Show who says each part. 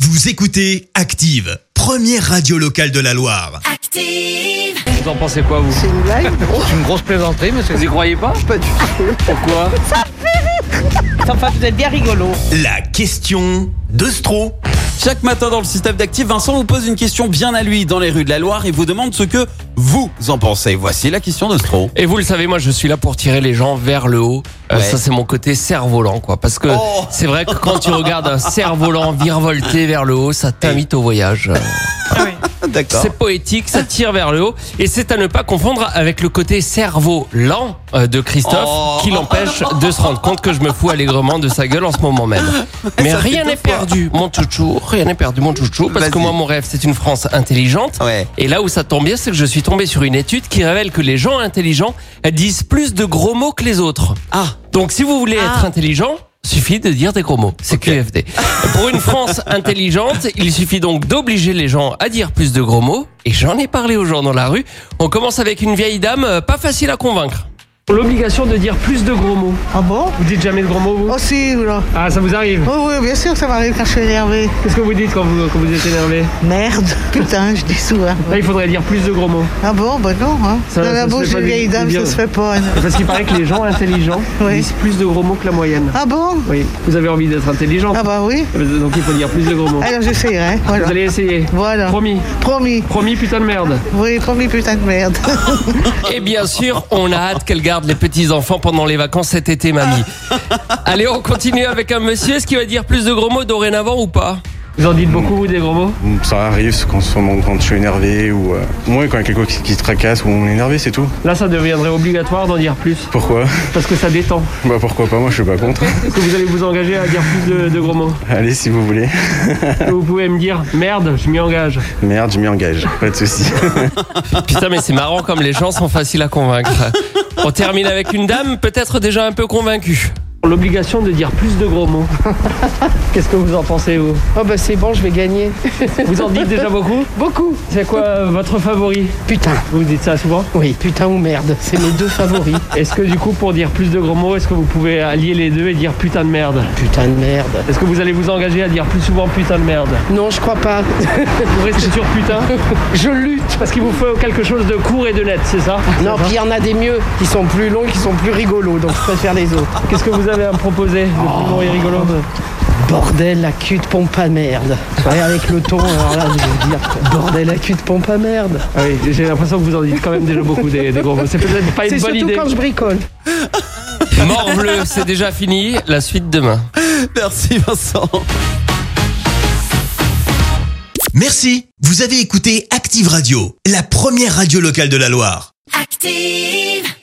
Speaker 1: Vous écoutez Active, première radio locale de la Loire.
Speaker 2: Active.
Speaker 3: Vous en pensez quoi, vous
Speaker 4: C'est une blague
Speaker 3: C'est une grosse plaisanterie, monsieur. Vous y croyez pas
Speaker 4: Pas du tout.
Speaker 3: Pourquoi
Speaker 4: Enfin, vous êtes bien rigolo.
Speaker 1: La question de Stro.
Speaker 5: Chaque matin dans le système d'actifs, Vincent vous pose une question bien à lui dans les rues de la Loire et vous demande ce que vous en pensez. Voici la question de Stro.
Speaker 3: Et vous le savez, moi, je suis là pour tirer les gens vers le haut. Euh,
Speaker 5: Ouais.
Speaker 3: Ça, c'est mon côté cerf-volant, quoi. Parce que
Speaker 5: Oh
Speaker 3: c'est vrai que quand tu regardes un cerf-volant virevolter vers le haut, ça t'invite au voyage. Euh,
Speaker 5: Ah, D'accord.
Speaker 3: C'est poétique, ça tire vers le haut. Et c'est à ne pas confondre avec le côté cerveau lent euh, de Christophe
Speaker 5: Oh.
Speaker 3: qui l'empêche de se rendre compte que je me fous allègrement de sa gueule en ce moment même. Mais
Speaker 5: Ça fait
Speaker 3: rien
Speaker 5: deux
Speaker 3: n'est
Speaker 5: fois.
Speaker 3: perdu, mon touchou. Rien n'est perdu, mon touchou. Parce que
Speaker 5: Vas-y.
Speaker 3: moi, mon rêve, c'est une France intelligente.
Speaker 5: Ouais.
Speaker 3: Et là où ça tombe bien, c'est que je suis tombé sur une étude qui révèle que les gens intelligents disent plus de gros mots que les autres.
Speaker 5: Ah,
Speaker 3: Donc si vous voulez être intelligent, suffit de dire des gros mots. C'est QFD. Pour une France intelligente, il suffit donc d'obliger les gens à dire plus de gros mots. Et j'en ai parlé aux gens dans la rue. On commence avec une vieille dame euh, pas facile à convaincre.
Speaker 6: L'obligation de dire plus de gros mots.
Speaker 4: Ah bon
Speaker 6: Vous dites jamais de gros mots, vous
Speaker 4: Oh si, là.
Speaker 6: Ah, ça vous arrive
Speaker 4: Oh oui, bien sûr que ça m'arrive quand je suis énervé.
Speaker 6: Qu'est-ce que vous dites quand vous, quand vous êtes énervé
Speaker 4: Merde. Putain, je dis souvent.
Speaker 6: Là, il faudrait dire plus de gros mots.
Speaker 4: Ah bon, bah non. Hein.
Speaker 6: Ça-
Speaker 4: Dans
Speaker 6: ça
Speaker 4: la
Speaker 6: se
Speaker 4: bouche
Speaker 6: fait pas
Speaker 4: d'une
Speaker 6: du-
Speaker 4: vieille
Speaker 6: du
Speaker 4: dame,
Speaker 6: bien.
Speaker 4: ça se fait pas. hein. non.
Speaker 6: Parce qu'il paraît que les gens intelligents
Speaker 4: Oui.
Speaker 6: disent plus de gros mots que la moyenne.
Speaker 4: Ah bon
Speaker 6: Oui, vous avez envie d'être intelligent. Euh,
Speaker 4: Ah bah oui.
Speaker 6: Donc il faut dire plus de gros mots.
Speaker 4: Alors j'essayerai. Voilà.
Speaker 6: Vous allez essayer.
Speaker 4: Voilà.
Speaker 6: Promis.
Speaker 4: Promis.
Speaker 6: Promis, putain de merde.
Speaker 4: Oui, promis, putain de merde.
Speaker 3: Et bien sûr, on a hâte qu'elle garde les petits-enfants pendant les vacances cet été, mamie.
Speaker 4: Ah.
Speaker 3: Allez, on continue avec un monsieur. Est-ce qu'il va dire plus de gros mots dorénavant ou pas
Speaker 6: Vous en dites beaucoup, vous, des gros mots
Speaker 7: Ça arrive ce qu'on se moment quand je suis énervé ou euh, moi quand il y a quelqu'un qui, qui se tracasse ou on est énervé c'est tout.
Speaker 6: Là, ça deviendrait obligatoire d'en dire plus.
Speaker 7: Pourquoi
Speaker 6: Parce que ça détend.
Speaker 7: Bah pourquoi pas moi je suis pas contre.
Speaker 6: Est-ce que vous allez vous engager à dire plus de, de gros mots
Speaker 7: Allez si vous voulez.
Speaker 6: Est-ce que Vous pouvez me dire, merde, je m'y engage.
Speaker 7: Merde je m'y engage, pas de soucis.
Speaker 3: Putain, mais c'est marrant comme les gens sont faciles à convaincre. On termine avec une dame peut-être déjà un peu convaincue.
Speaker 6: L'obligation de dire plus de gros mots. Qu'est-ce que vous en pensez, vous
Speaker 8: Oh bah c'est bon, je vais gagner.
Speaker 6: Vous en dites déjà beaucoup
Speaker 8: Beaucoup.
Speaker 6: C'est quoi euh, votre favori
Speaker 8: Putain.
Speaker 6: Vous dites ça souvent
Speaker 8: Oui, putain ou merde. C'est mes deux favoris.
Speaker 6: Est-ce que du coup, pour dire plus de gros mots, est-ce que vous pouvez allier les deux et dire putain de merde
Speaker 8: Putain de merde.
Speaker 6: Est-ce que vous allez vous engager à dire plus souvent putain de merde
Speaker 8: Non, je crois pas.
Speaker 6: Vous restez sur putain
Speaker 8: Je lutte.
Speaker 6: Parce qu'il vous faut quelque chose de court et de net, c'est ça
Speaker 8: Non, puis il y en a des mieux qui sont plus longs, qui sont plus rigolos, donc je préfère les autres.
Speaker 6: Qu'est-ce que vous avez à me proposer de plus long et rigolo
Speaker 8: Oh, Bordel, la cul de pompe à merde. Ouais, avec le ton, alors là, je vais dire, bordel, la cul de pompe à merde.
Speaker 6: Ah Oui, j'ai l'impression que vous en dites quand même déjà beaucoup des, des gros mots. C'est peut-être pas
Speaker 8: C'est
Speaker 6: une bonne
Speaker 8: surtout
Speaker 6: idée.
Speaker 8: quand je bricole.
Speaker 3: Mort bleu, c'est déjà fini. La suite demain.
Speaker 5: merci Vincent.
Speaker 1: Merci. Vous avez écouté Active Radio, la première radio locale de la Loire.
Speaker 2: Active.